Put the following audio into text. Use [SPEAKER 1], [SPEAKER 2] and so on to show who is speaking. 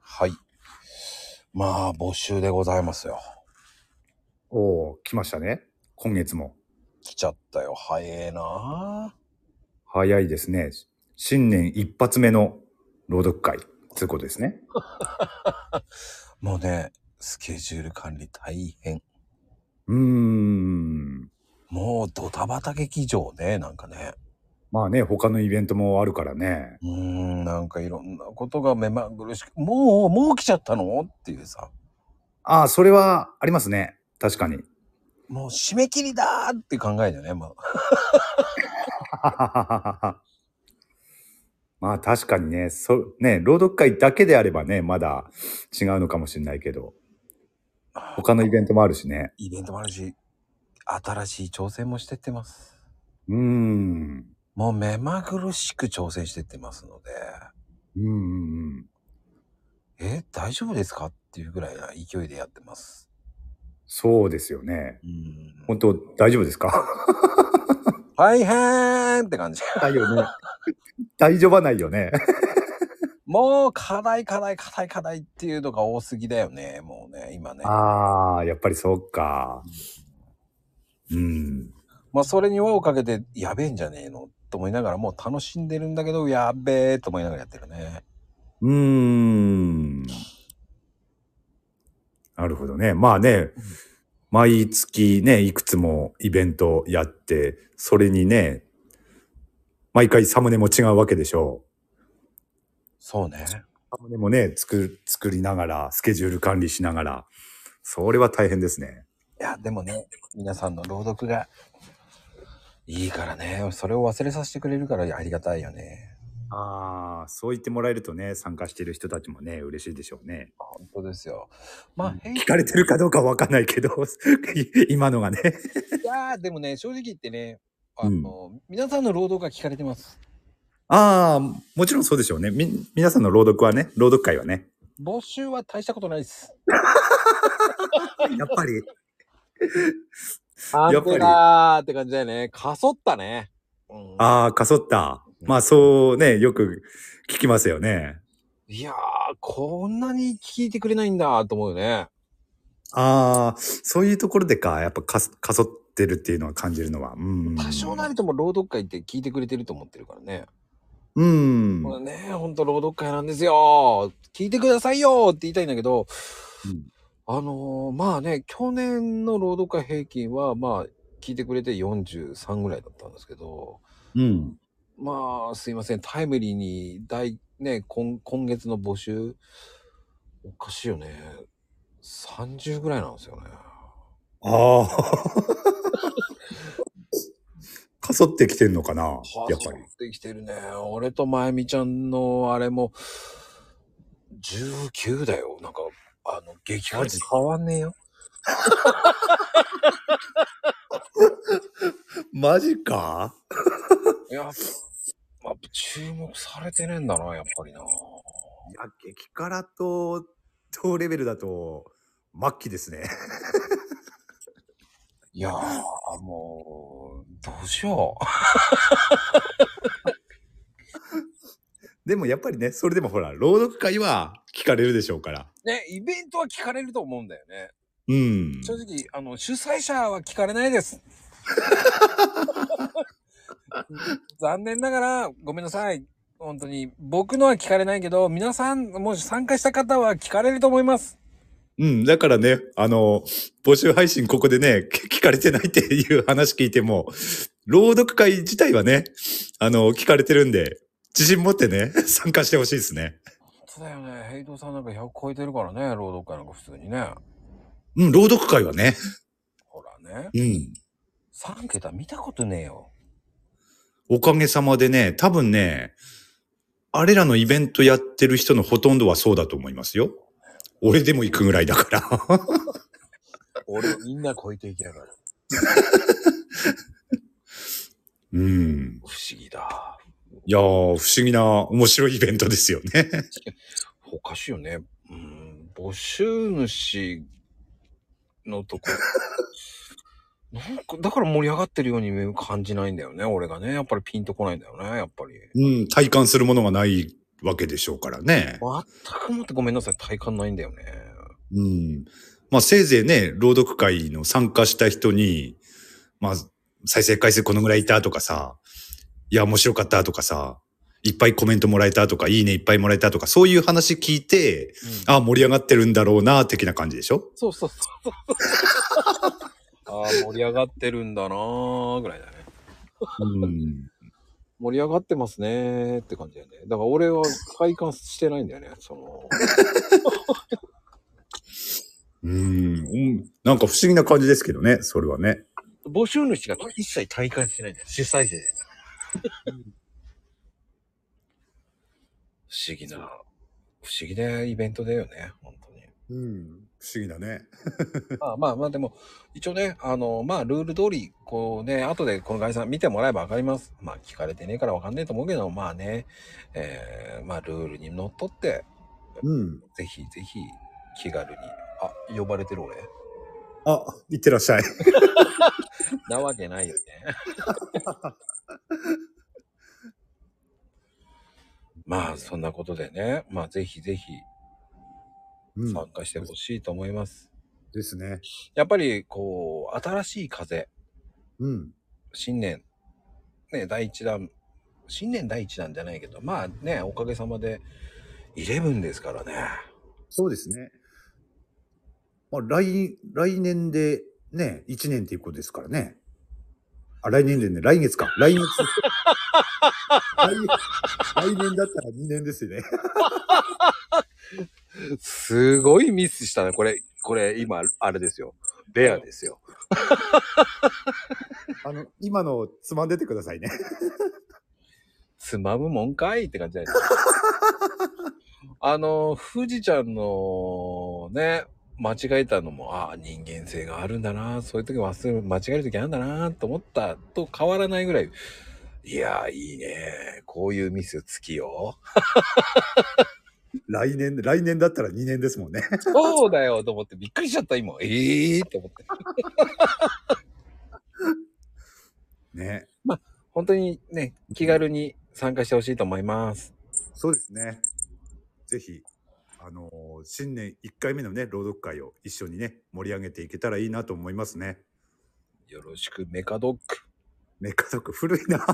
[SPEAKER 1] はい。まあ、募集でございますよ。
[SPEAKER 2] おお、来ましたね。今月も。
[SPEAKER 1] 来ちゃったよ。早えな
[SPEAKER 2] 早いですね。新年一発目の朗読会、つうことですね。
[SPEAKER 1] もうね、スケジュール管理大変。
[SPEAKER 2] うーん。
[SPEAKER 1] もうドタバタ劇場ね、なんかね。
[SPEAKER 2] まあね、他のイベントもあるからね。
[SPEAKER 1] うーん、なんかいろんなことが目まぐるしく、もう、もう来ちゃったのっていうさ、
[SPEAKER 2] ああ、それはありますね。確かに。
[SPEAKER 1] もう締め切りだーって考えだよね。まあ、
[SPEAKER 2] まあ確かにね、そ、ね、朗読会だけであればね、まだ違うのかもしれないけど、他のイベントもあるしね。
[SPEAKER 1] イベントもあるし、新しい挑戦もしてってます。
[SPEAKER 2] うーん。
[SPEAKER 1] もう目まぐるしく挑戦してってますので、
[SPEAKER 2] うんうんうん。
[SPEAKER 1] え、大丈夫ですかっていうぐらいな勢いでやってます。
[SPEAKER 2] そうですよね。
[SPEAKER 1] うん
[SPEAKER 2] 本当大丈夫ですか
[SPEAKER 1] 大変って感じ。
[SPEAKER 2] だよね。大丈夫はないよね。
[SPEAKER 1] もう課題課題課題課題っていうのが多すぎだよね。もうね、今ね。
[SPEAKER 2] ああ、やっぱりそうか。うん。
[SPEAKER 1] まあそれに輪をかけてやべえんじゃねえのと思いながらもう楽しんでるんだけどやべえと思いながらやってるね。
[SPEAKER 2] うーん。なるほどね。まあね、毎月ね、いくつもイベントやって、それにね、毎回サムネも違うわけでしょ
[SPEAKER 1] そうね。
[SPEAKER 2] う。サムネもね、作、作りながら、スケジュール管理しながら、それは大変ですね。
[SPEAKER 1] いや、でもね、皆さんの朗読がいいからね、それを忘れさせてくれるからありがたいよね。
[SPEAKER 2] ああ、そう言ってもらえるとね、参加してる人たちもね、嬉しいでしょうね。
[SPEAKER 1] 本当ですよ。まあ、変い
[SPEAKER 2] 聞かれてるかどうかわかんないけど、 今のがね。
[SPEAKER 1] やーでもね、正直言ってね、あ
[SPEAKER 2] うん
[SPEAKER 1] の、皆さんの朗読が聞かれてます。
[SPEAKER 2] ああ、もちろんそうでしょうね。み、皆さんの朗読はね、朗読会はね。
[SPEAKER 1] 募集は大したことないです。
[SPEAKER 2] やっぱり。
[SPEAKER 1] ア
[SPEAKER 2] り
[SPEAKER 1] ンテナーって感じだよね。かそったね。うん
[SPEAKER 2] ああ、かそった。まあそうね、よく聞きますよね。
[SPEAKER 1] いやー、こんなに聞いてくれないんだと思うよね。
[SPEAKER 2] ああ、そういうところでか、やっぱかす、かそってるっていうのは感じるのは。うん。
[SPEAKER 1] 多少なりとも朗読会って聞いてくれてると思ってるからね。
[SPEAKER 2] うん。
[SPEAKER 1] これね、ほんと朗読会なんですよ聞いてくださいよって言いたいんだけど、
[SPEAKER 2] うん
[SPEAKER 1] あのーまあね、去年の朗読会平均は、まあ、聞いてくれて43ぐらいだったんですけど、
[SPEAKER 2] うん。
[SPEAKER 1] まあ、すいません。タイムリーに、大、ね、今、今月の募集、おかしいよね。30ぐらいなんですよね。
[SPEAKER 2] ああ。 かそってきてんのかなやっぱり。
[SPEAKER 1] できてるね。俺とまゆみちゃんの、あれも、19だよ。なんか、あの、激化
[SPEAKER 2] マジ
[SPEAKER 1] 変わんねえよ。
[SPEAKER 2] マジか
[SPEAKER 1] いや、まあ、注目されてねえんだな、やっぱりな。
[SPEAKER 2] いや、激辛と、とレベルだと、末期ですね。
[SPEAKER 1] いやー、もう、どうしよう。
[SPEAKER 2] でもやっぱりね、それでもほら、朗読会は聞かれるでしょうから。
[SPEAKER 1] ね、イベントは聞かれると思うんだよね。
[SPEAKER 2] うん。
[SPEAKER 1] 正直あの主催者は聞かれないです 残念ながらごめんなさい本当に僕のは聞かれないけど皆さんもし参加した方は聞かれると思います
[SPEAKER 2] うん。だからね、あの、募集配信ここでね、 聞聞かれてないっていう話聞いても、朗読会自体はね、あの、聞かれてるんで、自信持ってね、 参加してほしいですね。
[SPEAKER 1] そうだよねヘイトさんなんか100超えてるからね朗読会なんか普通にね
[SPEAKER 2] うん、朗読会はね。
[SPEAKER 1] ほらね
[SPEAKER 2] うん。
[SPEAKER 1] 3桁見たことねえよ
[SPEAKER 2] おかげさまでね、多分ね、あれらのイベントやってる人のほとんどはそうだと思いますよ。俺でも行くぐらいだから。
[SPEAKER 1] 俺みんな超えていきやがる
[SPEAKER 2] うん。
[SPEAKER 1] 不思議だ
[SPEAKER 2] いやー、不思議な面白いイベントですよね。
[SPEAKER 1] おかしいよねうん募集主のとこなんかだから盛り上がってるように感じないんだよね俺がねやっぱりピンとこないんだよねやっぱり
[SPEAKER 2] うん、体感するものがないわけでしょうからね。
[SPEAKER 1] 全くもってごめんなさい、体感ないんだよね。
[SPEAKER 2] うん。まあ、せいぜいね、朗読会の参加した人に、まあ、再生回数このぐらいいたとかさ、いや、面白かったとかさ、いっぱいコメントもらえたとか、いいねいっぱいもらえたとか、そういう話聞いて、
[SPEAKER 1] うん、
[SPEAKER 2] あ、盛り上がってるんだろうな、的な感じでしょ
[SPEAKER 1] そうそうそうそう。ああ、盛り上がってるんだなーぐらいだね。
[SPEAKER 2] うん。
[SPEAKER 1] 盛り上がってますねーって感じだよね。だから俺は体感してないんだよね。その、
[SPEAKER 2] うん。なんか不思議な感じですけどね、それはね。
[SPEAKER 1] 募集主が一切体感してないんだよ。主催者で。 不思議な、不思議なイベントだよね、本当に。
[SPEAKER 2] うん。不思議だね。
[SPEAKER 1] まあまあまあでも、一応ね、あの、まあルール通り、こうね、後でこの概算見てもらえばわかります。まあ聞かれてねえからわかんねえと思うけど、まあね、えー、まあルールにのっとって、
[SPEAKER 2] うん。
[SPEAKER 1] ぜひぜひ気軽に。あ、呼ばれてる俺
[SPEAKER 2] あ、いってらっしゃい。
[SPEAKER 1] なわけないよね。 まあそんなことでね、まあぜひぜひ
[SPEAKER 2] うん
[SPEAKER 1] 参加してほしいと思います。
[SPEAKER 2] ですね。
[SPEAKER 1] やっぱりこう、新しい風、
[SPEAKER 2] うん。
[SPEAKER 1] 新年、ね、第一弾、新年第一弾じゃないけど、まあね、おかげさまで、イレブンですからね。
[SPEAKER 2] そうですね。まあ、来、来年でね、1年っていうことですからね。あ、来年でね、来月か。来 月。来来年だったら2年ですよね。
[SPEAKER 1] すごいミスしたね。これ、これ今、あれですよ。レアですよ。
[SPEAKER 2] あの、今のつまんでてくださいね。
[SPEAKER 1] つまむもんかいって感じだよね。あの、富士ちゃんのね、間違えたのも、ああ、人間性があるんだな、そういう時忘れ、間違える時あるんだな、と思ったと変わらないぐらい、いやー、いいね。こういうミス好きよ。
[SPEAKER 2] 来年、来年だったら2年ですもんね。
[SPEAKER 1] そうだよと思ってびっくりしちゃった今。ええー、と思って。
[SPEAKER 2] ね。
[SPEAKER 1] 本当にね、気軽に参加してほしいと思います。
[SPEAKER 2] そうですね。ぜひ、あのー新年1回目のね、朗読会を一緒にね、盛り上げていけたらいいなと思いますね。
[SPEAKER 1] よろしくメカドック。
[SPEAKER 2] メカドック古いな。